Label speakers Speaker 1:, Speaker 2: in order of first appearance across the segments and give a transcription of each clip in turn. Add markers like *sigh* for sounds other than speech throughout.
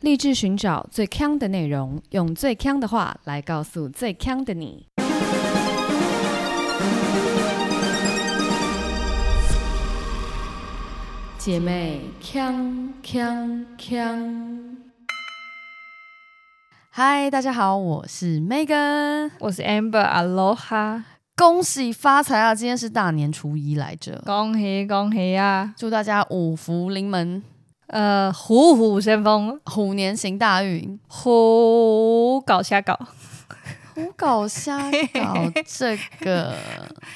Speaker 1: 立志寻找最强的内容，用最强的话来告诉最强的你。姐妹，强强强！
Speaker 2: 嗨，大家好，我是 Megan，
Speaker 3: 我是 Amber Aloha，
Speaker 2: 恭喜发财啊！今天是大年初一来着，
Speaker 3: 恭喜恭喜啊！
Speaker 2: 祝大家五福临门，
Speaker 3: 呃，虎虎生风，
Speaker 2: 虎年行大运。
Speaker 3: 虎搞瞎搞，
Speaker 2: 胡搞瞎搞这个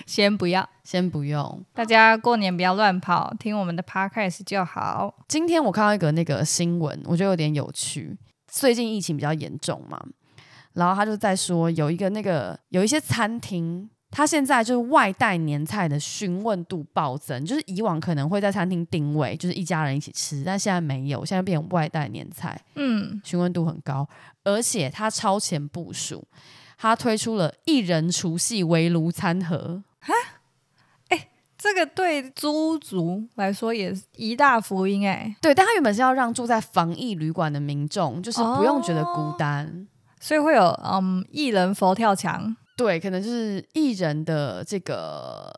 Speaker 3: 先不要，
Speaker 2: 先不用。
Speaker 3: 大家过年不要乱跑，听我们的 podcast 就好。
Speaker 2: 今天我看到一个那个新闻，我觉得有点有趣。最近疫情比较严重嘛，然后他就在说有一个那个有一些餐厅，他现在就是外带年菜的询问度暴增，就是以往可能会在餐厅定位，就是一家人一起吃，但现在没有，现在变成外带年菜。
Speaker 3: 嗯，
Speaker 2: 询问度很高，而且它超前部署，它推出了一人除夕围炉餐盒，
Speaker 3: 这个对租族来说也是一大福音哎、
Speaker 2: 对，但它原本是要让住在防疫旅馆的民众，就是不用觉得孤单。
Speaker 3: 所以会有嗯一人佛跳墙，
Speaker 2: 对，可能就是艺人的这个，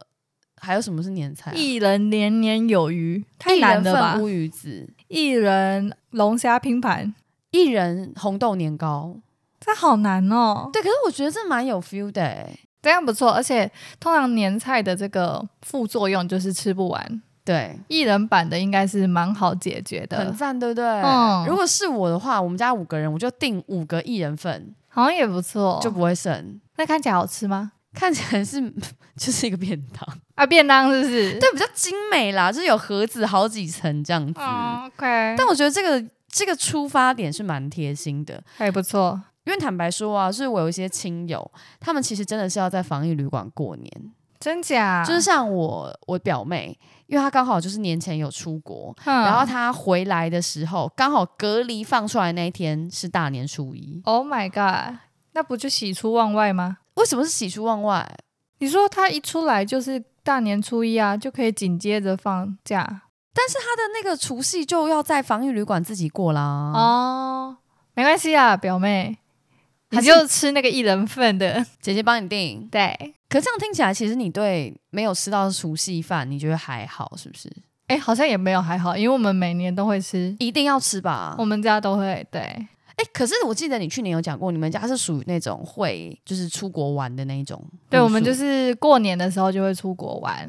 Speaker 2: 还有什么是年菜、啊？
Speaker 3: 一人年年有余，太
Speaker 2: 一
Speaker 3: 难
Speaker 2: 人
Speaker 3: 了吧
Speaker 2: 份？乌鱼子，
Speaker 3: 一人龙虾拼盘，
Speaker 2: 一人红豆年糕。
Speaker 3: 这好难哦。
Speaker 2: 对，可是我觉得这蛮有 feel 的、欸。
Speaker 3: 这样不错，而且通常年菜的这个副作用就是吃不完，
Speaker 2: 对，
Speaker 3: 一人版的应该是蛮好解决
Speaker 2: 很
Speaker 3: 的，
Speaker 2: 赞，对不对？
Speaker 3: 嗯
Speaker 2: 如果是我的话，我们家五个人，我就订五个一人份，
Speaker 3: 好像也不错。
Speaker 2: 就不会剩。
Speaker 3: 那看起来好吃吗？
Speaker 2: 看起来是 *laughs* 就是一个便 *laughs* 当，
Speaker 3: 啊，便当是不是？
Speaker 2: 对，比较精美啦，就是有盒子好几层这样子。
Speaker 3: 哦，OK，
Speaker 2: 但我觉得这个这个出发点是蛮贴心的，
Speaker 3: 还不错。
Speaker 2: 因为坦白说啊，是我有一些亲友，他们其实真的是要在防疫旅馆过年，
Speaker 3: 真假？
Speaker 2: 就是像我我表妹，因为她刚好就是年前有出国，
Speaker 3: 嗯，
Speaker 2: 然后她回来的时候刚好隔离放出来那一天是大年初一，
Speaker 3: ，Oh my God，那不就喜出望外吗？
Speaker 2: 为什么是喜出望外？
Speaker 3: 你说他一出来就是大年初一啊，就可以紧接着放假
Speaker 2: 她的那个除夕就要在防疫旅馆自己过啦。
Speaker 3: 哦，没关系啊，表妹，你
Speaker 2: 还是
Speaker 3: 就吃那个一人份的， *laughs*
Speaker 2: 姐姐帮你订。
Speaker 3: 对。
Speaker 2: 可这样听起来，其实你对没有吃到除夕饭，你觉得还好是不是？
Speaker 3: 哎、好像也没有还好，因为我们每年都会吃，
Speaker 2: 一定要吃吧
Speaker 3: 我？们家都会对。
Speaker 2: 哎、可是我记得你去年有讲过，你们家是属于那种会就是出国玩的那一种路数。
Speaker 3: 对，我们就是过年的时候就会出国玩，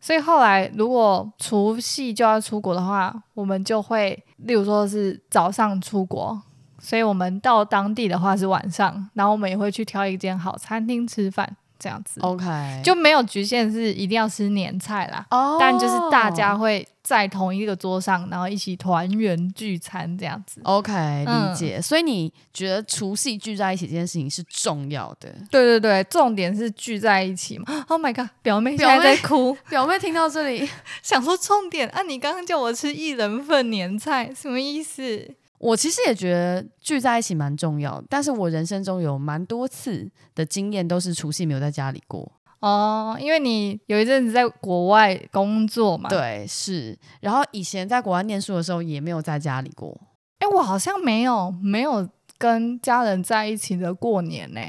Speaker 3: 所以后来如果除夕就要出国的话，我们就会，例如说是早上出国，所以我们到当地的话是晚上，然后我们也会去挑一间好餐厅吃饭，这样子
Speaker 2: 哦 OK，
Speaker 3: 就没有局限是一定要吃年菜啦，
Speaker 2: 哦
Speaker 3: 但就是大家会在同一个桌上，然后一起团圆聚餐这样子。
Speaker 2: OK 理
Speaker 3: 嗯
Speaker 2: 解。所以你觉得除夕聚在一起这件事情是重要的？ *laughs*
Speaker 3: 对对对，重点是聚在一起嘛。Oh my god，表妹现
Speaker 2: 表妹
Speaker 3: 在在 *laughs* 哭，
Speaker 2: 表妹听到这里，
Speaker 3: 想说重点啊！你刚刚叫我吃一人份年菜，什么意思？
Speaker 2: 我其实也觉得聚在一起蛮重要的，但是我人生中有蛮多次的经验都是除夕没有在家里过。
Speaker 3: 哦，因为你有一阵子在国外工作嘛。。
Speaker 2: 对，是。然后以前在国外念书的时候也没有在家里过。
Speaker 3: 哎，我好像没有没有跟家人在一起的过年呢、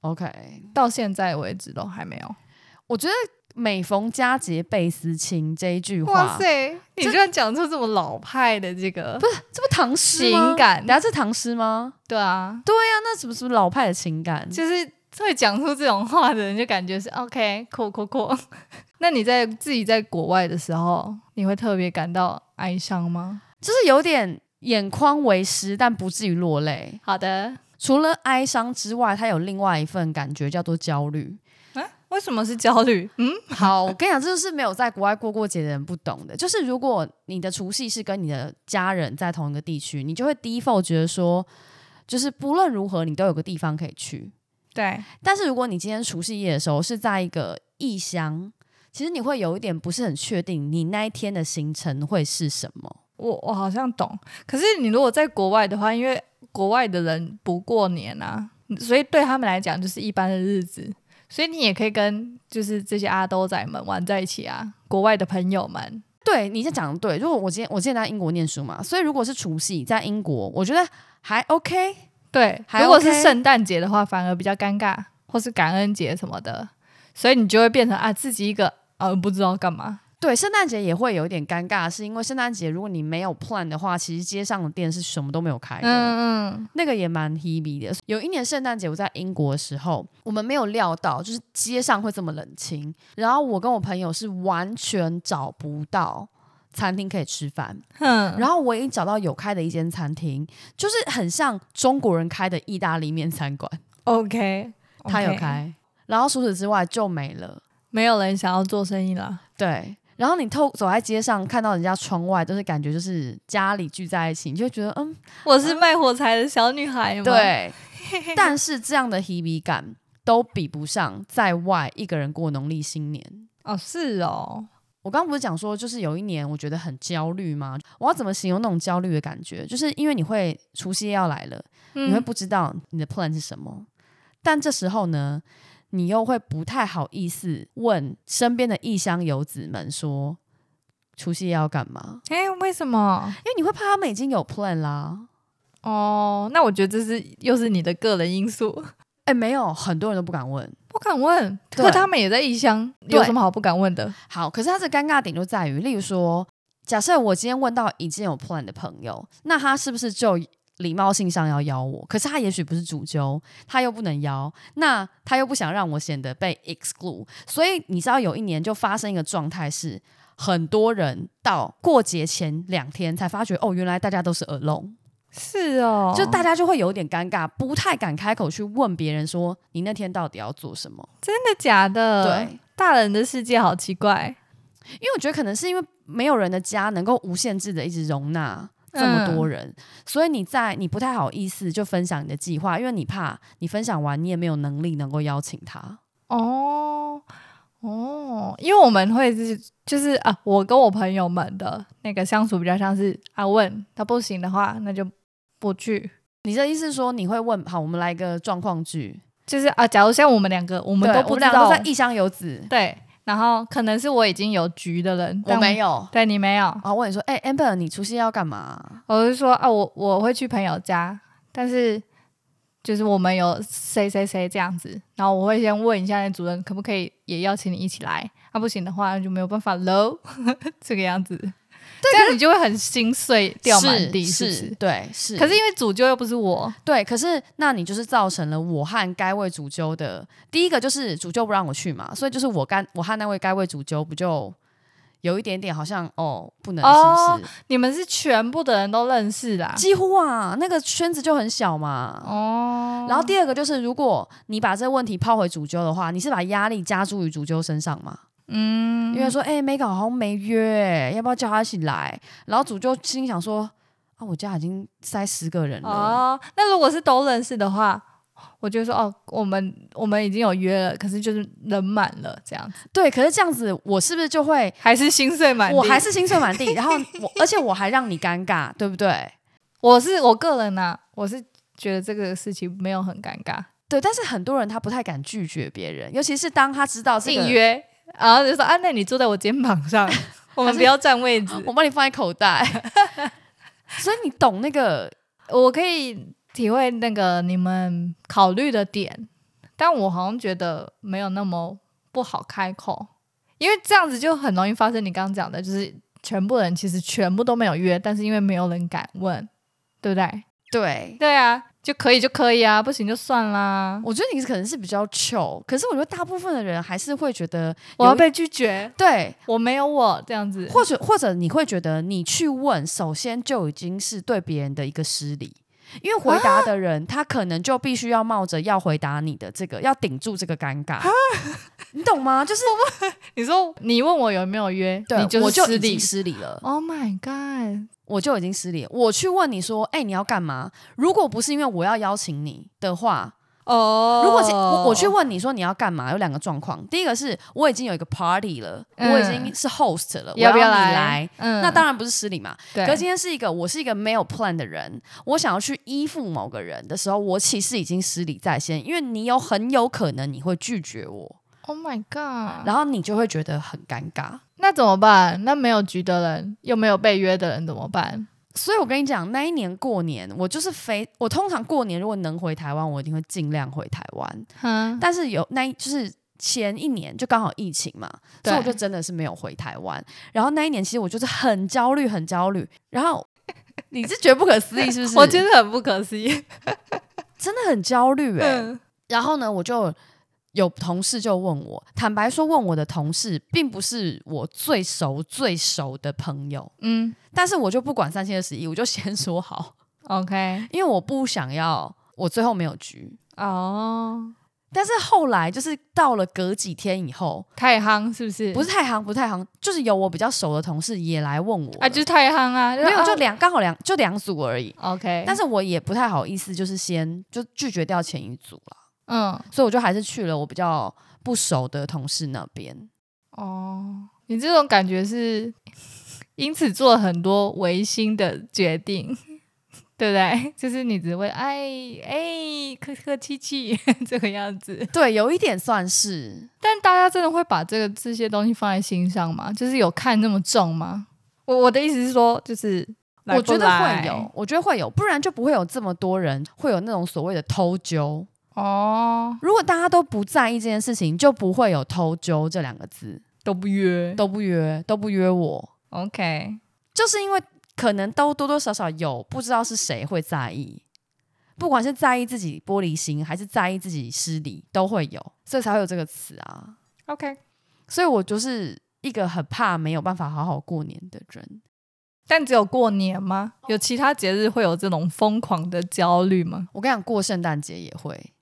Speaker 2: OK，
Speaker 3: 到现在为止都还没有。
Speaker 2: 我觉得每逢佳节倍思亲这一句话
Speaker 3: 哇，塞，你居然讲出这么老派的这个不是
Speaker 2: 这不唐诗吗
Speaker 3: 情感
Speaker 2: 等下这唐诗吗？
Speaker 3: 对啊，
Speaker 2: 那那什么什么老派的情感？
Speaker 3: 就是会讲出这种话的人，就感觉是 OK，酷酷酷。 *laughs* 那你在自己在国外的时候，你会特别感到哀伤吗？
Speaker 2: 就是有点眼眶为湿，但不至于落泪。
Speaker 3: 好的，
Speaker 2: 除了哀伤之外，它有另外一份感觉叫做焦虑。
Speaker 3: 为什么是焦虑？嗯，
Speaker 2: 好，我跟你讲，这就是没有在国外过过节的人不懂的。就是如果你的除夕是跟你的家人在同一个地区，你就会 default 觉得说，就是不论如何你都有个地方可以去。
Speaker 3: 对，
Speaker 2: 但是如果你今天除夕夜的时候是在一个异乡，其实你会有一点不是很确定你那一天的行程会是什么。
Speaker 3: 我我好像懂。可是你如果在国外的话，因为国外的人不过年啊，所以对他们来讲就是一般的日子，所以你也可以跟就是这些阿兜仔们玩在一起啊，国外的朋友们。
Speaker 2: 对，你在讲得对。如果我今天我现在在英国念书嘛，所以如果是除夕在英国，我觉得还 OK。
Speaker 3: 对，
Speaker 2: 还
Speaker 3: 如果
Speaker 2: OK
Speaker 3: 是圣诞节的话，反而比较尴尬，或是感恩节什么的，所以你就会变成啊自己一个啊不知道干嘛。
Speaker 2: 对，圣诞节也会有一点尴尬，是因为圣诞节如果你没有 plan 的话，其实街上的店是什么都没有开的。
Speaker 3: 嗯嗯，
Speaker 2: 那个也蛮 hebe 的。有一年圣诞节我在英国的时候，我们没有料到就是街上会这么冷清，然后我跟我朋友是完全找不到餐厅可以吃饭，
Speaker 3: 嗯哼，
Speaker 2: 然后我也找到有开的一间餐厅，就是很像中国人开的意大利面餐馆，
Speaker 3: OK，
Speaker 2: 它有开，然后除此之外就没了。
Speaker 3: 没有人想要做生意了。
Speaker 2: 对。然后你透走在街上，看到人家窗外都是感觉就是家里聚在一起，你就会觉得嗯
Speaker 3: 我是卖火柴的小女孩吗？， *laughs*
Speaker 2: 对，但是这样的 hebe 感都比不上在外一个人过农历新年。
Speaker 3: 哦，是哦，
Speaker 2: 我刚刚不是讲说，就是有一年我觉得很焦虑吗？我要怎么形容那种焦虑的感觉？就是因为你会除夕夜要来了，你会
Speaker 3: 嗯
Speaker 2: 不知道你的 plan 是什么，但这时候呢，你又会不太好意思问身边的异乡游子们说除夕夜要干嘛，
Speaker 3: 哎、为什么？
Speaker 2: 因为你会怕他们已经有 plan 啦。
Speaker 3: 哦，那我觉得这是又是你的个人因素， *laughs*
Speaker 2: 哎，没有，很多人都不敢问。
Speaker 3: 不敢问。
Speaker 2: 对
Speaker 3: 可他们也在异乡，
Speaker 2: 对
Speaker 3: 有什么好不敢问的？
Speaker 2: 好，可是它的尴尬点就在于，例如说，假设我今天问到已经有 plan 的朋友，那他是不是就礼貌性上要邀我？可是他也许不是主揪，他又不能邀，那他又不想让我显得被 exclude，所以你知道有一年就发生一个状态是。很多人到过节前两天才发觉，哦，原来大家都是 alone，、
Speaker 3: 是哦，
Speaker 2: 就大家就会有点尴尬，不太敢开口去问别人说你那天到底要做什么。
Speaker 3: 真的假的？
Speaker 2: 对，
Speaker 3: 大人的世界好奇怪。
Speaker 2: 因为我觉得可能是因为没有人的家能够无限制的一直容纳这么多人，所以你在你不太好意思就分享你的计划，因为你怕你分享完你也没有能力能够邀请他。
Speaker 3: 哦哦，因为我们会是就是啊，我跟我朋友们的那个相处比较像是啊，问他不行的话，那就不去。
Speaker 2: 你的意思是说你会问好，我们来一个状况剧，
Speaker 3: 就是啊，假如像我们两个，我
Speaker 2: 我
Speaker 3: 们都不知
Speaker 2: 我们
Speaker 3: 道
Speaker 2: 俩都在异乡游子，
Speaker 3: 对，然后可能是我已经有局的人，
Speaker 2: 我
Speaker 3: 但
Speaker 2: 没，有。
Speaker 3: 对你没有，
Speaker 2: 然后问你说，哎、a m b e r 你除夕要干嘛？
Speaker 3: 我就说啊，我我会去朋友家，但是就是我们有谁谁谁这样子，然后我会先问一下那主任可不可以也邀请你一起来，啊不行的话就没有办法喽， *laughs* 这个样子，这样你就会很心碎掉满地，是不
Speaker 2: 是
Speaker 3: 是？
Speaker 2: 对，是。
Speaker 3: 可是因为主角又不是我，
Speaker 2: 对，可是那你就是造成了我和该位主揪的第一个就是主揪不让我去嘛，所以就是我干我和那位该位主揪不就有一点点好像哦不能是
Speaker 3: 哦
Speaker 2: 不是？
Speaker 3: 你们是全部的人都认识的啊、
Speaker 2: 几乎啊，那个圈子就很小嘛。
Speaker 3: 哦，
Speaker 2: 然后第二个就是，如果你把这个问题抛回主揪的话，你是把压力加诸于主揪身上嘛？
Speaker 3: 嗯，
Speaker 2: 因为说，哎、美搞好像没约，要不要叫他一起来？然后主揪心里想说，啊，我家已经塞十个人了，
Speaker 3: 哦，那如果是都认识的话，我就说哦，我们我们已经有约了，可是就是人满了这样子，
Speaker 2: 对。可是这样子，我是不是就会
Speaker 3: 还是心碎满地。
Speaker 2: 我还是心碎满
Speaker 3: *laughs*
Speaker 2: 地，然后我而且我还让你尴尬，对不对？
Speaker 3: 我是我个人呐、我是觉得这个事情没有很尴尬，
Speaker 2: 对，但是很多人他不太敢拒绝别人，尤其是当他知道这
Speaker 3: 硬
Speaker 2: 个，
Speaker 3: 约，然后就说啊，那你坐在我肩膀
Speaker 2: *laughs*
Speaker 3: 上，我们不要占位置，
Speaker 2: 我帮你放在口
Speaker 3: *laughs*
Speaker 2: 袋。所以你懂那个，
Speaker 3: 我可以体会那个你们考虑的点，但我好像觉得没有那么不好开口，因为这样子就很容易发生你刚刚讲的，就是全部人其实全部都没有约，但是因为没有人敢问，对不对？
Speaker 2: 对，
Speaker 3: 对啊，就可以就可以啊，不行就算啦，
Speaker 2: 我觉得你可能是比较糗，可是我觉得大部分的人还是会觉得
Speaker 3: 我要
Speaker 2: 有一
Speaker 3: 被拒绝，
Speaker 2: 对，
Speaker 3: 我没有我这样子，
Speaker 2: 或者或者你会觉得你去问，首先就已经是对别人的一个失礼。因为回答的人，他可能就必须要冒着要回答你的这个，要顶住这个尴尬，你懂吗？就是
Speaker 3: 你说你问我有没有约，
Speaker 2: 对，
Speaker 3: 你就
Speaker 2: 我
Speaker 3: 是
Speaker 2: 就
Speaker 3: 失
Speaker 2: 已
Speaker 3: 礼
Speaker 2: 经。失礼了，
Speaker 3: Oh my god！
Speaker 2: 我就已经失礼了。我去问你说，哎、你要干嘛？如果不是因为我要邀请你的话，
Speaker 3: 哦
Speaker 2: 如果是我我去问你说你要干嘛，有两个状况。第一个是我已经有一个 party 了，
Speaker 3: 嗯
Speaker 2: 我已经是 host 了，
Speaker 3: 要
Speaker 2: 我
Speaker 3: 不
Speaker 2: 要
Speaker 3: 要
Speaker 2: 你来？
Speaker 3: 嗯，
Speaker 2: 那当然不是失礼嘛。
Speaker 3: 对，
Speaker 2: 可今天是一个我是一个没有 plan 的人，我想要去依附某个人的时候，我其实已经失礼在先，因为你有很有可能你会拒绝我，
Speaker 3: Oh my god！
Speaker 2: 然后你就会觉得很尴尬。
Speaker 3: 那怎么办？那没有局的人，又没有被约的人怎么办？
Speaker 2: 所以我跟你讲，那一年过年，我就是非我通常过年如果能回台湾，我一定会尽量回台湾。
Speaker 3: 哼，
Speaker 2: 但是有那一就是前一年就刚好疫情嘛，
Speaker 3: 对
Speaker 2: 所以我就真的是没有回台湾。然后那一年其实我就是很焦虑，很焦虑。然后你是觉得不可思议是不是？
Speaker 3: *laughs* 我觉得很不可思议。
Speaker 2: 真的很焦虑哎、
Speaker 3: 嗯，
Speaker 2: 然后呢，我就有同事就问我，坦白说，问我的同事并不是我最熟最熟的朋友，
Speaker 3: 嗯
Speaker 2: 但是我就不管三七二十一，我就先说好，
Speaker 3: ，OK，
Speaker 2: 因为我不想要我最后没有局。
Speaker 3: 哦，
Speaker 2: 但是后来就是到了隔几天以后，
Speaker 3: 太夯是不是？
Speaker 2: 不是太行，不太行，就是有我比较熟的同事也来问我了
Speaker 3: 啊，就是太夯啊，
Speaker 2: 没有
Speaker 3: 啊
Speaker 2: 就两刚好两就两组而已。
Speaker 3: OK，
Speaker 2: 但
Speaker 3: 是
Speaker 2: 是我也不太好意思，就是先就拒绝掉前一组了，
Speaker 3: 嗯，
Speaker 2: 所以我就还是去了我比较不熟的同事那边。
Speaker 3: 哦，你这种感觉是因此做了很多违心的决定， *laughs* 对不对？就是你只会哎哎客客气气 *laughs* 这个样子，
Speaker 2: 对，有一点算是，
Speaker 3: 但大家真的会把这个这些东西放在心上吗？就是有看那么重吗？我我的意思是说，就是来
Speaker 2: 我
Speaker 3: 不
Speaker 2: 觉得
Speaker 3: 来
Speaker 2: 会有，我觉得会有，不然就不会有这么多人会有那种所谓的偷揪。
Speaker 3: 哦，
Speaker 2: 如果大家都不在意这件事情，就不会有偷揪这两个字，
Speaker 3: 都不约
Speaker 2: 都不约，都不约我，
Speaker 3: OK，
Speaker 2: 就是因为可能都多多少少有，不知道是谁会在意，不管是在意自己玻璃心，还是在意自己失礼，都会有，所以才会有这个词啊。
Speaker 3: OK，
Speaker 2: 所以我就是一个很怕没有办法好好过年的人。
Speaker 3: 但只有过年吗？有其他节日会有这种疯狂的焦虑吗？
Speaker 2: 我跟你讲，过圣诞节也会，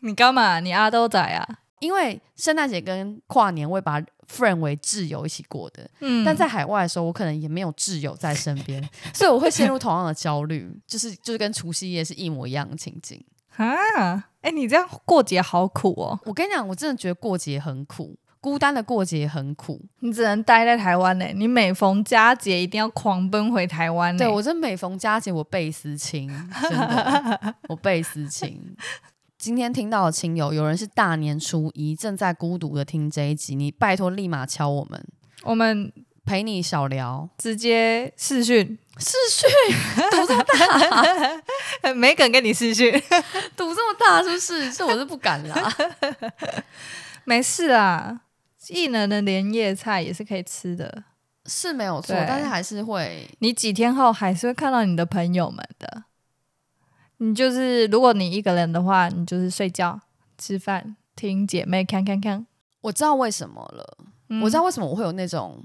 Speaker 3: 你干嘛？你阿都仔啊？
Speaker 2: 因为圣诞节跟跨年我也把 friend 为挚友一起过的，
Speaker 3: 嗯
Speaker 2: 但在海外的时候，我可能也没有挚友在身边，所以我会陷入同样的焦虑，就是就是跟除夕夜是一模一样的情景。
Speaker 3: 啊，哎、你这样过节好苦哦，
Speaker 2: 我跟你讲，我真的觉得过节很苦，孤单的过节很苦。
Speaker 3: 你只能待在台湾呢、你每逢佳节一定要狂奔回台湾呢、
Speaker 2: 对我真每逢佳节我倍思亲，真的我倍思亲。今天听到的亲友，有人是大年初一正在孤独的听这一集，你拜托立马敲我们，
Speaker 3: 我们
Speaker 2: 陪你小聊。
Speaker 3: 直接视讯，
Speaker 2: 是去读这么大、
Speaker 3: *laughs* 没敢跟你视讯，
Speaker 2: 赌这么大是不是？这我是不敢啦。
Speaker 3: *laughs* 没事啊。艺人的年夜菜也是可以吃的，
Speaker 2: 是没有错，
Speaker 3: 对
Speaker 2: 但是还是会
Speaker 3: 你几天后还是会看到你的朋友们的。你就是，如果你一个人的话，你就是睡觉、吃饭、听姐妹看看看。
Speaker 2: 我知道为什么了，
Speaker 3: 嗯
Speaker 2: 我知道为什么我会有那种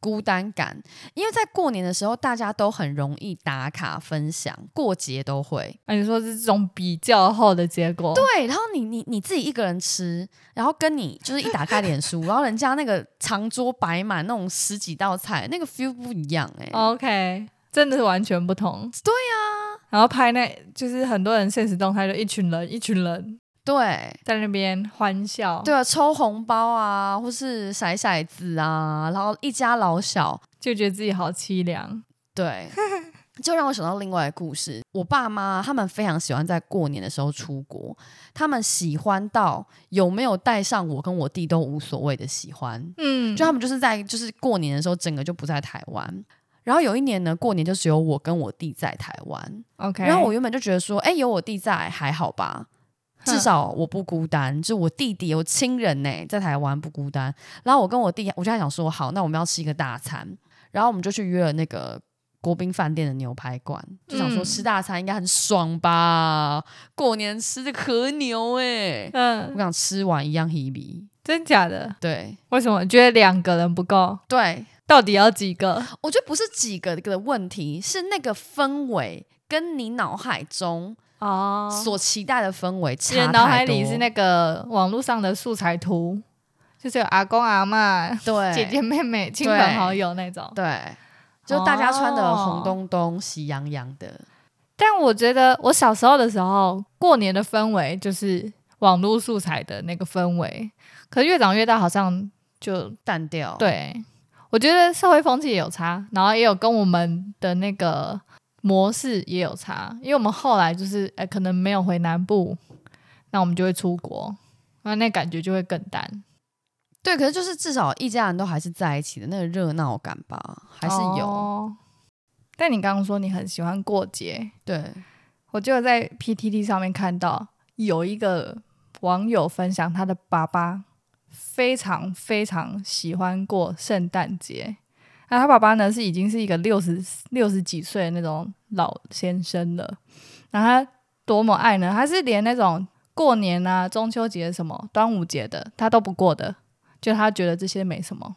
Speaker 2: 孤单感，因为在过年的时候，大家都很容易打卡分享，过节都会。
Speaker 3: 啊，你说是这种比较后的结果，
Speaker 2: 对，然后你你你自己一个人吃，然后跟你就是一打开脸书，然后人家那个长桌摆满那种十几道菜，那个 feel 不一样哎、
Speaker 3: 哦 OK，真的是完全不同。
Speaker 2: 对啊
Speaker 3: 呀、然后拍那就是很多人现实动态，就一群人一群人
Speaker 2: 对
Speaker 3: 在那边欢笑。
Speaker 2: 对，啊，抽红包啊，或是甩骰子啊，然后一家老小，
Speaker 3: 就觉得自己好凄凉。
Speaker 2: 对， *laughs* 就让我想到另外一个故事。我爸妈他们非常喜欢在过年的时候出国，他们喜欢到有没有带上我跟我弟都无所谓的喜欢。
Speaker 3: 嗯
Speaker 2: 就他们就是在就是过年的时候，整个就不在台湾。然后有一年呢，过年就只有我跟我弟在台湾。
Speaker 3: OK。
Speaker 2: 然后我原本就觉得说，哎、有我弟在还好吧，至
Speaker 3: 哼
Speaker 2: 少我不孤单。就我弟弟有亲人呢、在台湾不孤单。然后我跟我弟，我就在想说，好，那我们要吃一个大餐。然后我们就去约了那个国宾饭店的牛排馆，就想说
Speaker 3: 嗯
Speaker 2: 吃大餐应该很爽吧？过年吃这个和牛哎、我
Speaker 3: 嗯，
Speaker 2: 想吃完一样 hebe。
Speaker 3: 真假的？
Speaker 2: 对
Speaker 3: 为什么觉得两个人不够？
Speaker 2: 对，
Speaker 3: 到底要几个？
Speaker 2: 我觉得不是几个的问题，是那个氛围跟你脑海中
Speaker 3: 哦
Speaker 2: 所期待的氛围差
Speaker 3: 你的
Speaker 2: 太
Speaker 3: 脑海里
Speaker 2: 多
Speaker 3: 是那个网络上的素材图，就是有阿公阿嬷、
Speaker 2: 对
Speaker 3: 姐姐妹妹、亲
Speaker 2: 对
Speaker 3: 朋好友那种。
Speaker 2: 对，就大家穿的红
Speaker 3: 哦
Speaker 2: 咚咚、喜洋洋的，
Speaker 3: 但我觉得我小时候的时候，过年的氛围就是网络素材的那个氛围，可是越长越大，好像就
Speaker 2: 淡掉。，
Speaker 3: 对我觉得社会风气也有差，然后也有跟我们的那个模式也有差，因为我们后来就是哎、可能没有回南部，那我们就会出国，那那感觉就会更淡。
Speaker 2: 对，可是就是至少一家人都还是在一起的那个热闹感吧，还是有。
Speaker 3: 哦但你刚刚说你很喜欢过节，
Speaker 2: 对，
Speaker 3: 我就在 PTT 上面看到有一个网友分享他的爸爸非常非常喜欢过圣诞节。那他爸爸呢是已经是一个六十六十几岁的那种老先生了，然后他多么爱呢？他是连那种过年啊、中秋节什么、端午节的他都不过的，就他觉得这些没什么，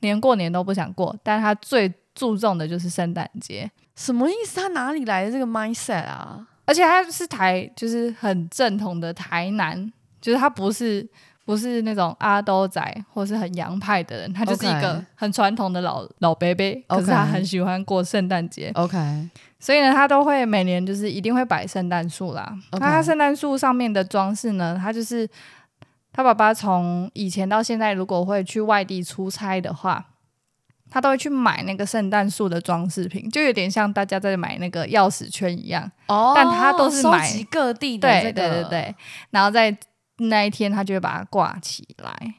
Speaker 3: 连过年都不想过，但他最注重的就是圣诞节。
Speaker 2: 什么意思？他哪里来的这个 mindset 啊？
Speaker 3: 而且他是台，就是很正统的台南，就是他不是不是那种阿兜仔或是很洋派的人，他就是一个
Speaker 2: OK
Speaker 3: 很传统的老老伯伯。可是他
Speaker 2: OK
Speaker 3: 很喜欢过圣诞节
Speaker 2: OK，
Speaker 3: 所以呢，他都会每年就是一定会摆圣诞树啦。那
Speaker 2: OK
Speaker 3: 他圣诞树上面的装饰呢，他就是他爸爸从以前到现在，如果会去外地出差的话，他都会去买那个圣诞树的装饰品，就有点像大家在买那个钥匙圈一样。
Speaker 2: 哦
Speaker 3: 但他都是
Speaker 2: 收
Speaker 3: 买
Speaker 2: 集各地的、
Speaker 3: 对
Speaker 2: 这个，
Speaker 3: 对对对，然后在那一天他就会把它挂起来。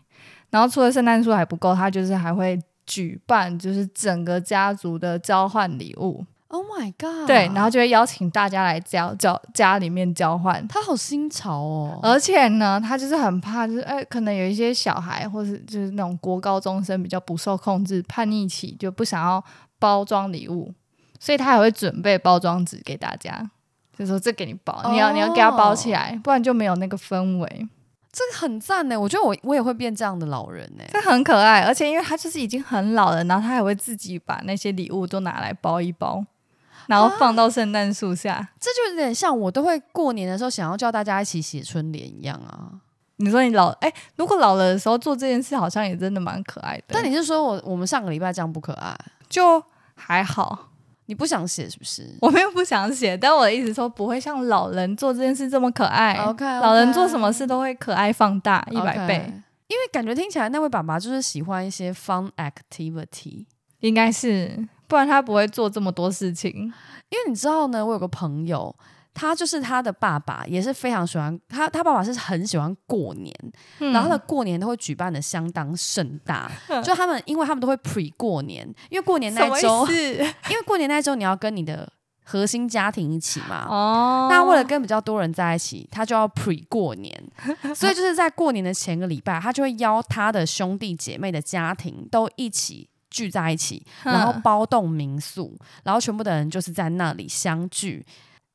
Speaker 3: 然后除了圣诞树还不够，他就是还会举办就是整个家族的交换礼物，
Speaker 2: ，Oh my god，
Speaker 3: 对，然后就会邀请大家来交交家里面交换。
Speaker 2: 他好新潮哦，
Speaker 3: 而且呢，他就是很怕，就是哎，可能有一些小孩或是就是那种国高中生比较不受控制、叛逆期，就不想要包装礼物，所以他还会准备包装纸给大家，就说这给你包，你要你要给他包起来，不然就没有那个氛围。
Speaker 2: 这个很赞呢，我觉得我我也会变这样的老人呢。
Speaker 3: 这很可爱，而且因为他就是已经很老了，然后他还会自己把那些礼物都拿来包一包，然后放到圣诞树下。
Speaker 2: 这就有点像我都会过年的时候想要叫大家一起写春联一样啊。
Speaker 3: 你说你老哎、如果老了的时候做这件事，好像也真的蛮可爱的。
Speaker 2: 但你是说我我们上个礼拜这样不可爱？
Speaker 3: 就还好，
Speaker 2: 你不想写是不是
Speaker 3: *laughs* 我没有不想写，但我的意思说不会像老人做这件事这么可爱。
Speaker 2: ？OK，
Speaker 3: 老人做什么事都会可爱放大一百倍，
Speaker 2: 因为感觉听起来那位爸爸就是喜欢一些 fun activity。
Speaker 3: 应该是，不然他不会做这么多事情。
Speaker 2: 因为你知道呢，我有个朋友，他就是他的爸爸，也是非常喜欢他，他爸爸是很喜欢过年，
Speaker 3: 嗯
Speaker 2: 然后呢，过年都会举办的相当盛
Speaker 3: *laughs*
Speaker 2: 大，就他们，因为他们都会 pre 过年，因为过年那
Speaker 3: 什
Speaker 2: 一
Speaker 3: 么
Speaker 2: 周，
Speaker 3: 意思？
Speaker 2: 因为过年那一周你要跟你的核心家庭一起嘛。
Speaker 3: 哦，
Speaker 2: 那为了跟比较多人在一起，他就要 pre 过年，所以就是在过年的前个礼拜，他就会邀他的兄弟姐妹的家庭都一起聚在一起，然后
Speaker 3: 嗯
Speaker 2: 包栋民宿，然后全部的人就是在那里相聚。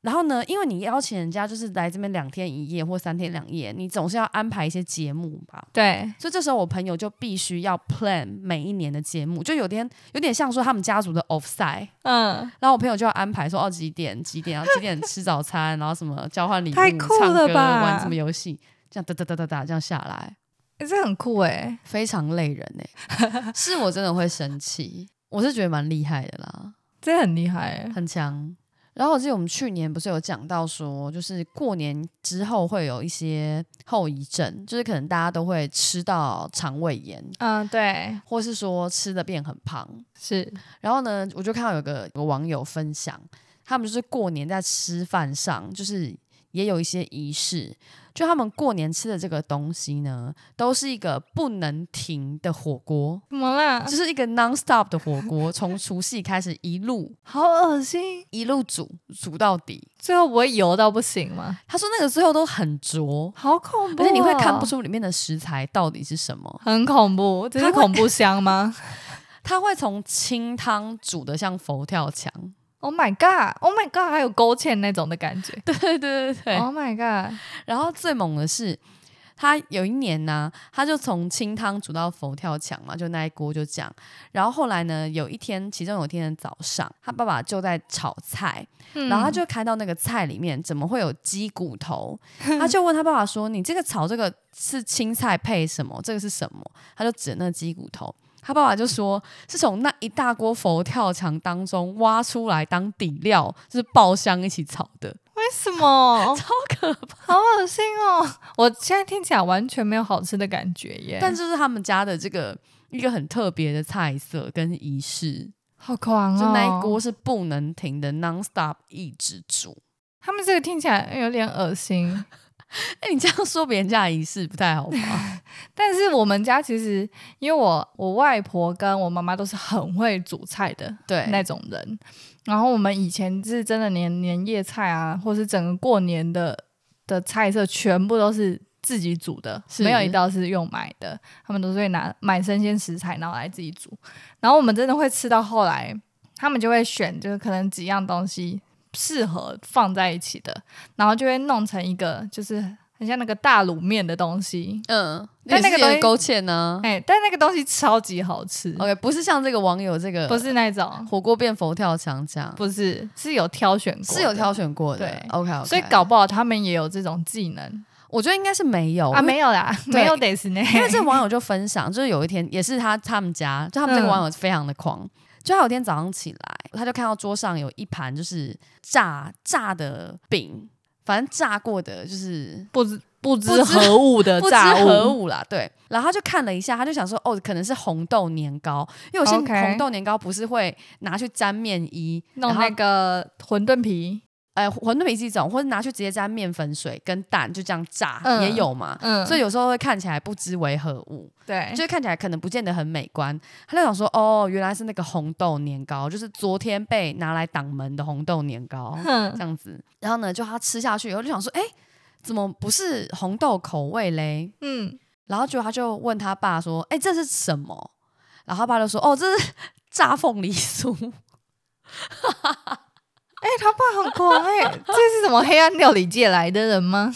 Speaker 2: 然后呢，因为你邀请人家就是来这边两天一夜或三天两夜，你总是要安排一些节目吧。
Speaker 3: 对，
Speaker 2: 所以这时候我朋友就必须要 plan 每一年的节目，就有点有点像说他们家族的 offside。
Speaker 3: 嗯，
Speaker 2: 然后我朋友就要安排说哦几点几点，然后几点吃早餐， *laughs* 然后什么交换礼物、
Speaker 3: 太酷
Speaker 2: 唱
Speaker 3: 了
Speaker 2: 歌、
Speaker 3: 吧
Speaker 2: 玩什么游戏，这样哒哒哒哒哒这样下来，
Speaker 3: 欸这很酷哎。
Speaker 2: 非常累人哎、
Speaker 3: *laughs*
Speaker 2: 是我真的会生气，我是觉得蛮厉害的啦，
Speaker 3: 这很厉害欸，
Speaker 2: 很强。然后我记得我们去年不是有讲到说，就是过年之后会有一些后遗症，就是可能大家都会吃到肠胃炎，
Speaker 3: 嗯，对，
Speaker 2: 或是说吃的变很胖。
Speaker 3: 是，
Speaker 2: 然后呢，我就看到有个有网友分享，他们就是过年在吃饭上，就是也有一些仪式，就他们过年吃的这个东西呢，都是一个不能停的火锅。
Speaker 3: 怎么啦
Speaker 2: 就？是一个 non stop 的火锅， *laughs* 从除夕开始一路
Speaker 3: 好恶心，
Speaker 2: 一路煮煮到底。
Speaker 3: 最后不会油到不行吗？
Speaker 2: 他说那个最后都很浊，
Speaker 3: 好恐怖、啊
Speaker 2: 而且你会看不，出里面的食材到底是什么。
Speaker 3: 很恐怖，这是
Speaker 2: 它会
Speaker 3: 恐怖箱吗
Speaker 2: 他会从清汤煮的像佛跳墙， *laughs*
Speaker 3: ？Oh my god！Oh my god！还有勾芡那种的感觉。
Speaker 2: 对对对对
Speaker 3: Oh my god！
Speaker 2: 然后最猛的是，他有一年呢、他就从清汤煮到佛跳墙嘛，就那一锅就这样。然后后来呢，有一天，其中有一天的早上，他爸爸就在炒菜，
Speaker 3: 嗯
Speaker 2: 然后他就看到那个菜里面怎么会有鸡骨头，他就问他爸爸说：“你这个炒这个是青菜配什么？这个是什么？”他就指那个鸡骨头。他爸爸就说，是从那一大锅佛跳墙当中挖出来当底料，就是爆香一起炒的，
Speaker 3: 为什么？
Speaker 2: 超可怕。
Speaker 3: *laughs* 好恶心哦！我现在听起来完全没有好吃的感觉耶，
Speaker 2: 但就是他们家的这个一个很特别的菜色跟仪式，
Speaker 3: 好狂哦！
Speaker 2: 就那一锅，是不能停的，non stop 一直煮。
Speaker 3: 他们这个听起来有点恶心。 *laughs*
Speaker 2: 哎、你这样说别人家的仪式不太好吧？
Speaker 3: 但是我们家其实，因为我我外婆跟我妈妈都是很会煮菜的
Speaker 2: 对，
Speaker 3: 那种人，然后我们以前是真的连年夜菜啊，或是整个过年的的菜色，全部都是自己煮的，
Speaker 2: 是
Speaker 3: 没有一道是用买的。他们都是会拿买生鲜食材，然后来自己煮。然后我们真的会吃到后来，他们就会选，就是可能几样东西适合放在一起的，然后就会弄成一个，就是很像那个大卤面的东西。
Speaker 2: 嗯，
Speaker 3: 但那
Speaker 2: 也
Speaker 3: 个
Speaker 2: 是
Speaker 3: 东
Speaker 2: 有
Speaker 3: 西
Speaker 2: 勾芡呢、
Speaker 3: 哎、但那个东西超级好吃，
Speaker 2: OK，不是像这个网友这个，
Speaker 3: 不是那种，
Speaker 2: 火锅变佛跳墙这样，
Speaker 3: 不是，是有挑选过，
Speaker 2: 是有挑选过的。
Speaker 3: 对
Speaker 2: o k o k
Speaker 3: 所以搞，不好他们也有这种技能
Speaker 2: 我觉得应该是没有
Speaker 3: 啊，没有 *laughs* 啦，
Speaker 2: 对
Speaker 3: 没有得是呢，
Speaker 2: 因为这网友就分享，就是有一天也是他他们家，就他们这个网友非常的狂。就他有一天早上起来，他就看到桌上有一盘就是炸炸的饼，反正炸过的就是
Speaker 3: 不知不知
Speaker 2: 不知
Speaker 3: 何物的
Speaker 2: 不知
Speaker 3: 呃炸
Speaker 2: 何
Speaker 3: 物，
Speaker 2: 物啦，对。然后他就看了一下，他就想说，哦，可能是红豆年糕，因为有些
Speaker 3: OK
Speaker 2: 红豆年糕不是会拿去沾面衣，
Speaker 3: 弄
Speaker 2: 然后
Speaker 3: 那个馄饨皮，
Speaker 2: 呃馄饨皮是一种，或者拿去直接沾面粉水跟蛋就这样炸、
Speaker 3: 嗯
Speaker 2: 也有嘛。
Speaker 3: 嗯，
Speaker 2: 所以有时候会看起来不知为何物，
Speaker 3: 对，
Speaker 2: 就是看起来可能不见得很美观。他就想说，哦，原来是那个红豆年糕，就是昨天被拿来挡门的红豆年 *laughs* 糕。
Speaker 3: 哼
Speaker 2: 这，样子。然后呢，就他吃下去以后就想说，哎、怎么不是红豆口味嘞？
Speaker 3: 嗯，
Speaker 2: 然后结果他就问他爸说，哎、这是什么？然后他爸就说，哦，这是炸凤梨酥。
Speaker 3: *laughs*
Speaker 2: *laughs*
Speaker 3: 哎，他爸很狂哎，这是什么黑暗料理界来的人 *laughs* 吗？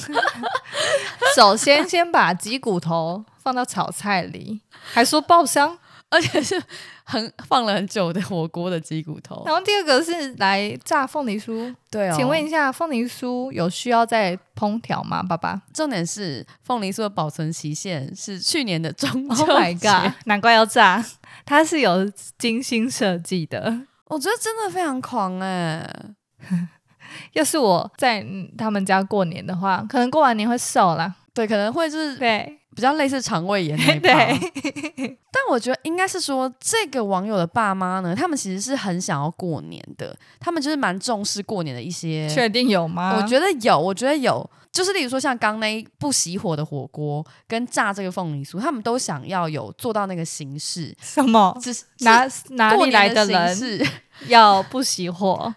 Speaker 3: 首先先把鸡骨头放到炒菜里，还说爆香，
Speaker 2: 而且是很放了很久的火锅的鸡骨头
Speaker 3: 然，后第二个是来炸凤梨酥，
Speaker 2: *laughs* 对哦。
Speaker 3: 请问一下，凤梨酥有需要再烹调吗，爸爸
Speaker 2: 重点是凤梨酥的保存期限是去年的中
Speaker 3: *laughs*
Speaker 2: 秋节。
Speaker 3: ？Oh my god！难怪要炸， *laughs* 它是有精心设计的。
Speaker 2: 我觉得真的非常狂哎、
Speaker 3: 要是我在嗯他们家过年的话，可能过完年会瘦啦。
Speaker 2: 对，可能会就是
Speaker 3: 对
Speaker 2: 比较类似肠胃炎那一趴。
Speaker 3: *laughs* 对，
Speaker 2: 但我觉得应该是说，这个网友的爸妈呢，他们其实是很想要过年的，他们就是蛮重视过年的一些。
Speaker 3: 确啊定有吗？
Speaker 2: 我觉得有，我觉得有，就是例如说像刚那一不熄火的火锅跟炸这个凤梨酥，他们都想要有做到那个形式，
Speaker 3: 什么
Speaker 2: 只是
Speaker 3: 哦哪哪
Speaker 2: 过
Speaker 3: 里来
Speaker 2: 年
Speaker 3: 的
Speaker 2: 的
Speaker 3: 人
Speaker 2: 形式。 *laughs*
Speaker 3: 要不熄火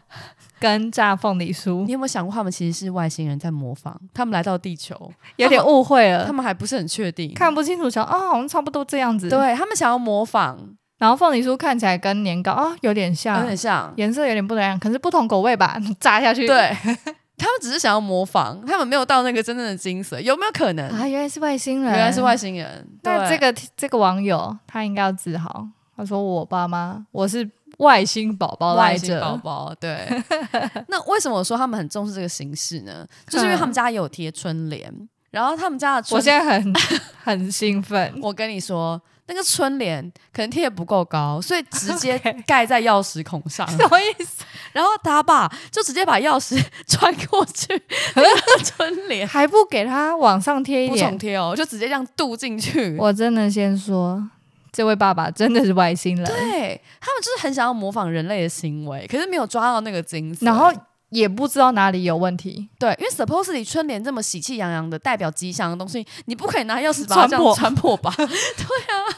Speaker 3: 跟炸凤梨酥
Speaker 2: 你，有没有想过，他们其实是外星人在模仿？他们来到地球，
Speaker 3: *laughs* 有点误会
Speaker 2: 他
Speaker 3: 了，
Speaker 2: 们还不是很确定。
Speaker 3: 呃看不清楚，想哦，好像差不多这样子。，
Speaker 2: 对他们想要模仿，
Speaker 3: 然后凤梨酥看起来跟年糕哦有点
Speaker 2: 有
Speaker 3: 像，
Speaker 2: 点像。
Speaker 3: 颜色有点不一样，可是不同口味吧， *laughs*
Speaker 2: *laughs*
Speaker 3: 炸下去。
Speaker 2: 对他们只是想要模仿，他们没有到那个真正的精髓，有没有可能？
Speaker 3: 啊，原来是外星人，
Speaker 2: 原来是外。星人。
Speaker 3: 那
Speaker 2: 对
Speaker 3: 这个这个网友他应该要自豪，他说我爸妈我是外星宝宝来
Speaker 2: 外星
Speaker 3: 着，
Speaker 2: 宝宝，对。
Speaker 3: *laughs*
Speaker 2: 那为什么我说他们很重视这个形式呢？就是因为他们家也有贴春联，然后他们家的春，
Speaker 3: 我现在
Speaker 2: *laughs*
Speaker 3: 很很兴奋。
Speaker 2: 我跟你说，那个春联可能贴得不够高，所以直接
Speaker 3: *laughs* OK
Speaker 2: 盖在钥匙孔上。
Speaker 3: *laughs* 什么
Speaker 2: 哎
Speaker 3: 意思？
Speaker 2: 然后他爸就直接把钥匙 *laughs* 穿过去那个春联，
Speaker 3: 还不给他往上贴一
Speaker 2: 不重
Speaker 3: 点？
Speaker 2: 贴哦，就直接这样镀进去。
Speaker 3: 我真的先说，这位爸爸真的是外星人，
Speaker 2: 对他们就是很想要模仿人类的行为，可是没有抓到那个精髓。
Speaker 3: 然后也不知道哪里有问题，
Speaker 2: 对，因为 supposedly 春联这么喜气洋洋的代表吉祥的东西，你不可以拿钥匙把它这样 *laughs* 穿
Speaker 3: 穿
Speaker 2: 破吧？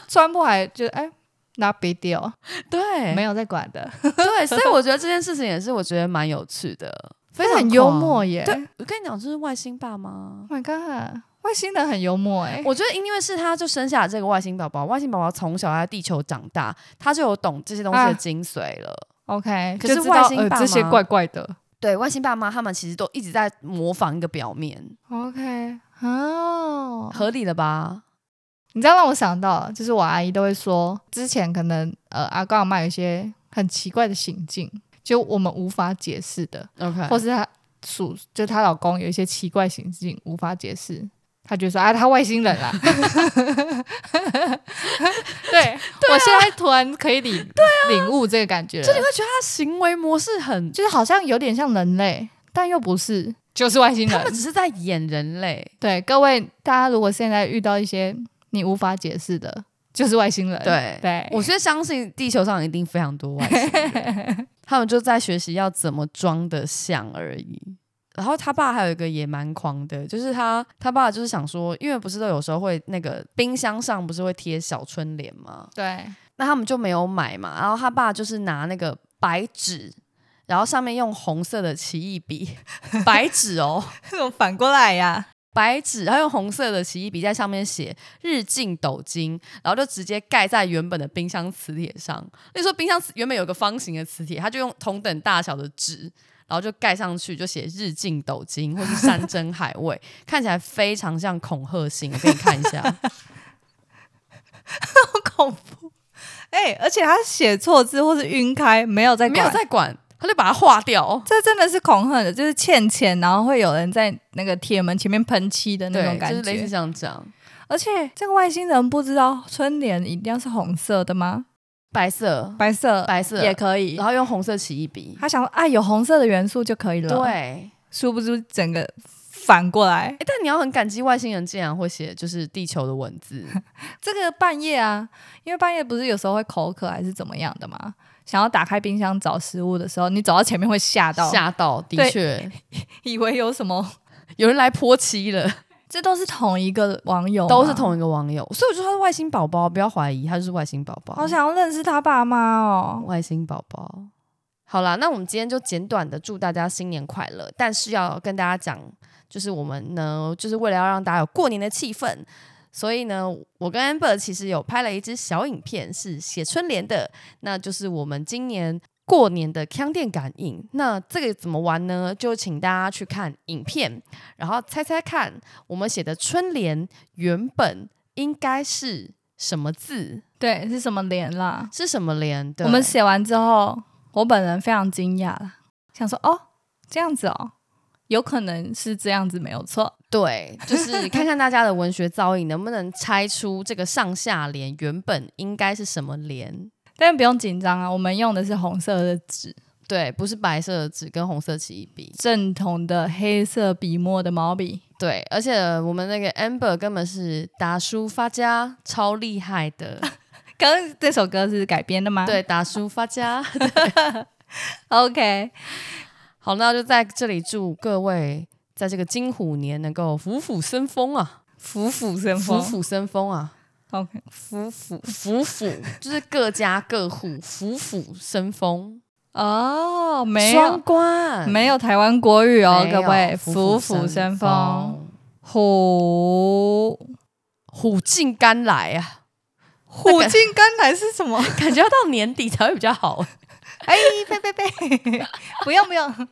Speaker 3: 穿破还就哎。那别掉，
Speaker 2: 对，
Speaker 3: 没有在管的，
Speaker 2: 对，所以我觉得这件事情也是我觉得蛮有趣的，非
Speaker 3: 他
Speaker 2: 常
Speaker 3: 很幽
Speaker 2: 狂
Speaker 3: 默。耶。
Speaker 2: 对我跟你讲，就是外星爸妈
Speaker 3: Oh。my god，外星人很幽默哎、
Speaker 2: 我觉得，因为是他就生下了这个外星宝宝，外星宝宝从小在地球长大，他就有懂这些东西的
Speaker 3: 啊
Speaker 2: 精髓了。
Speaker 3: OK，
Speaker 2: 可
Speaker 3: 就是知
Speaker 2: 外
Speaker 3: 道
Speaker 2: 星
Speaker 3: 呃
Speaker 2: 爸
Speaker 3: 这些
Speaker 2: 妈
Speaker 3: 怪怪的。
Speaker 2: 对，外星爸妈他们其实都一直在模仿一个表面，
Speaker 3: OK，哦，
Speaker 2: 合理了吧？
Speaker 3: 你这样让我想到，就是我阿姨都会说，之前可能呃阿公阿妈有一些很奇怪的行径，就我们无法解释的，
Speaker 2: OK，
Speaker 3: 或是她属就她老公有一些奇怪行径无法解释。她就说啊，他外星人 *laughs* 啦。对，我现在突然可以领、领悟啊这个感觉了，
Speaker 2: 就你会觉得他行为模式很，
Speaker 3: 就是好像有点像人类，但又不是，就是外星人。
Speaker 2: 他们只是在演人类。
Speaker 3: 对，各位大家如果现在遇到一些你无法解释的，就是外星人。
Speaker 2: 对
Speaker 3: 对，
Speaker 2: 我是相信地球上一定非 *laughs* 常多外星人，他们就在学习要怎么装得像而已。然后他爸还有一个也蛮狂的，就是他他爸就是想说，因为不是都有时候会那个冰箱上不是会贴小春联吗？
Speaker 3: 对，
Speaker 2: 那他们就没有买嘛。然后他爸就是拿那个白纸，然后上面用红色的奇异 *laughs* 笔，白纸哦，
Speaker 3: 那种反过来呀，
Speaker 2: 白纸，他用红色的奇异笔在上面写“日进斗金”，然后就直接盖在原本的冰箱磁铁上。那你说冰箱磁原本有个方形的磁铁，他就用同等大小的纸。然后就盖上去，就写“日进斗金”或是“山珍海味”，看起来非常像恐吓信。我给你看一下，
Speaker 3: 好恐怖。哎、而且他写错字或是晕开，没 *laughs* 有在
Speaker 2: 没有
Speaker 3: 管
Speaker 2: 在管，他就把它划掉。
Speaker 3: 这真的是恐吓的，就是欠钱，然后会有人在那个铁门前面喷漆的那
Speaker 2: 对
Speaker 3: 种，感
Speaker 2: 就是
Speaker 3: 觉。
Speaker 2: 类似像这样，
Speaker 3: 而且这个外星人不知道春联一定要是红色的吗？
Speaker 2: 白色，
Speaker 3: 白色
Speaker 2: 白色
Speaker 3: 也可以
Speaker 2: 然。后用红色起一笔。
Speaker 3: 他想说啊，有红色的元素就可以了。
Speaker 2: 对，，诶
Speaker 3: 殊不知整个反过来。
Speaker 2: 但你要很感激外星人竟然会写就是地球的文字，
Speaker 3: 这个半夜啊，因为半夜不是有时候会口渴还是怎么样的嘛，想要打开冰箱找食物的时候，你走到前面会吓到，
Speaker 2: 吓到，的
Speaker 3: 对
Speaker 2: 确
Speaker 3: 以为有什么。
Speaker 2: 有人来泼漆了，
Speaker 3: *laughs* 这都是同一个网友，
Speaker 2: 都是。同一个网友，所以我就说他是外星宝宝，不要怀疑，他就是外星宝宝。
Speaker 3: 好想要认识他爸妈哦。
Speaker 2: 外星宝宝。好啦，那我们今天就简短的祝大家新年快乐，但是要跟大家讲，就是我们呢，就是为了要让大家有过年的气氛，所以呢，我跟 Amber 其实有拍了一支小影片，是写春联的，那就是我们今年过年的腔店感应。那这个怎么玩呢？就请大家去看影片，然后猜猜看，我们写的春联原本应该是什么字，
Speaker 3: 对，是什么脸啦？
Speaker 2: 是什么联的？
Speaker 3: 我们写完之后，我本人非常惊讶啦，想说哦，这样子哦，有可能是这样子没有错。
Speaker 2: 对，就是看看大家的文学造诣能不能拆出这个上下联原本应该是什么联。
Speaker 3: 但不用紧张啊，我们用的是红色的纸，
Speaker 2: 对，不是白色的纸跟红色起一笔。
Speaker 3: 正统的黑色笔墨的毛笔。
Speaker 2: 对，而且我们那个 Amber 根本是达叔发家，超厉害的。
Speaker 3: 刚刚这首歌是改编的吗？
Speaker 2: 对，达叔发家。
Speaker 3: *laughs* ，OK，
Speaker 2: 好，那就在这里祝各位在这个金虎年能够虎虎生风啊，
Speaker 3: 虎虎生
Speaker 2: 虎
Speaker 3: 风。
Speaker 2: 虎生风啊，
Speaker 3: OK，虎虎。
Speaker 2: 虎虎就是各家各户虎虎生风，
Speaker 3: 哦，没
Speaker 2: 双
Speaker 3: 有
Speaker 2: 关，
Speaker 3: 没有台湾国语哦，
Speaker 2: 没有
Speaker 3: 各位，
Speaker 2: 虎
Speaker 3: 虎
Speaker 2: 虎
Speaker 3: 虎
Speaker 2: 生
Speaker 3: 生风，，虎
Speaker 2: 虎尽甘来 *laughs* 啊！
Speaker 3: 虎进甘来是什么？
Speaker 2: 感觉要到年底才会比较好。
Speaker 3: 哎，呸呸呸！不用不用，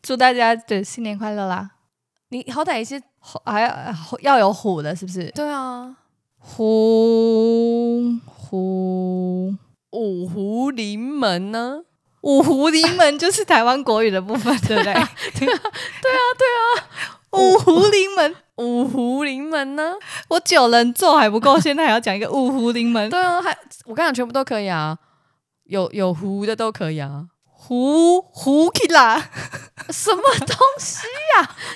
Speaker 3: 祝大家对新年快乐啦！
Speaker 2: *laughs* 你好歹一些
Speaker 3: 虎还要要有虎的，是不是？
Speaker 2: 对啊，
Speaker 3: 虎虎
Speaker 2: 五湖临门呢？
Speaker 3: 五湖临门就是台湾国语的部分，对不对？对啊对啊，五湖临门，
Speaker 2: 五湖临门呢？
Speaker 3: 我九人座还不够，现在还要讲一个五湖临门，
Speaker 2: 对啊，还我刚讲全部都可以啊，有有湖的都可以啊。
Speaker 3: 虎虎 k 啦，
Speaker 2: 什么东 *laughs* 西？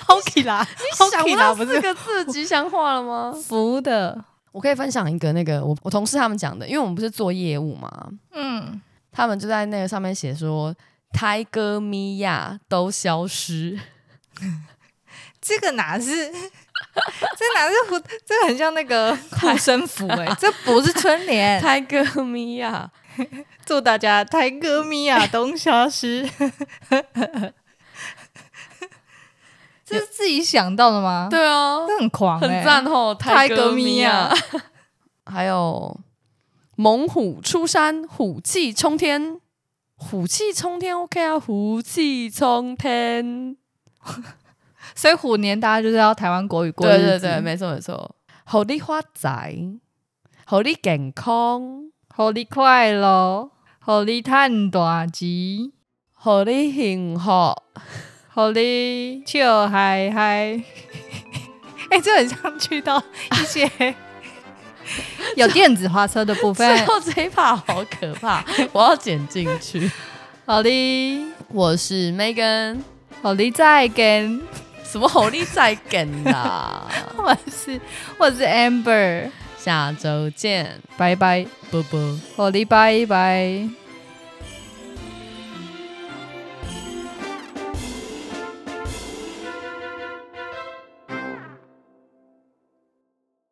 Speaker 3: 好 k 啦，
Speaker 2: 你想不到
Speaker 3: 不
Speaker 2: 四
Speaker 3: 是
Speaker 2: 个字的吉祥话了吗？
Speaker 3: 福的，
Speaker 2: 我可以分享一个那个我我同事他们讲的，因为我们不是做业务嘛，
Speaker 3: 嗯，
Speaker 2: 他们就在那个上面写说。泰戈米亚都消 *laughs* 失，
Speaker 3: 这个哪是？ *laughs* 这哪是虎？这个很像那个 *laughs* 护身符哎、这不是春 *laughs* 联。
Speaker 2: 泰戈米亚
Speaker 3: 祝大家泰戈米亚冬消失。 *laughs* 这是自己想到的吗？，
Speaker 2: 对啊，
Speaker 3: 这很狂、欸，
Speaker 2: 很赞哦，泰
Speaker 3: 泰
Speaker 2: 戈
Speaker 3: 戈
Speaker 2: 米
Speaker 3: 米
Speaker 2: 亚
Speaker 3: 亚，
Speaker 2: *laughs* 还有猛虎出山，虎气冲天，虎气冲天，OK 啊，虎气冲天，
Speaker 3: 所以虎年大家就是要台湾国语过
Speaker 2: 对
Speaker 3: 日
Speaker 2: 对
Speaker 3: 子，
Speaker 2: 对，没错没错，好利发财，好利健康，
Speaker 3: 好利快乐，好利赚大钱，
Speaker 2: 好利幸福，
Speaker 3: 好利笑嗨嗨。 *laughs* 哎、这很像去到一些 *laughs* 有电子花车的部分
Speaker 2: 最。
Speaker 3: *laughs*
Speaker 2: 后这一趴好可怕，我要剪进去。
Speaker 3: 好利，
Speaker 2: 我是 Megan，
Speaker 3: 好利再跟，
Speaker 2: 什么好利再梗啦，
Speaker 3: 我是我是 Amber，
Speaker 2: 下周见，
Speaker 3: 拜拜。
Speaker 2: 啵啵。
Speaker 3: 好，礼拜拜。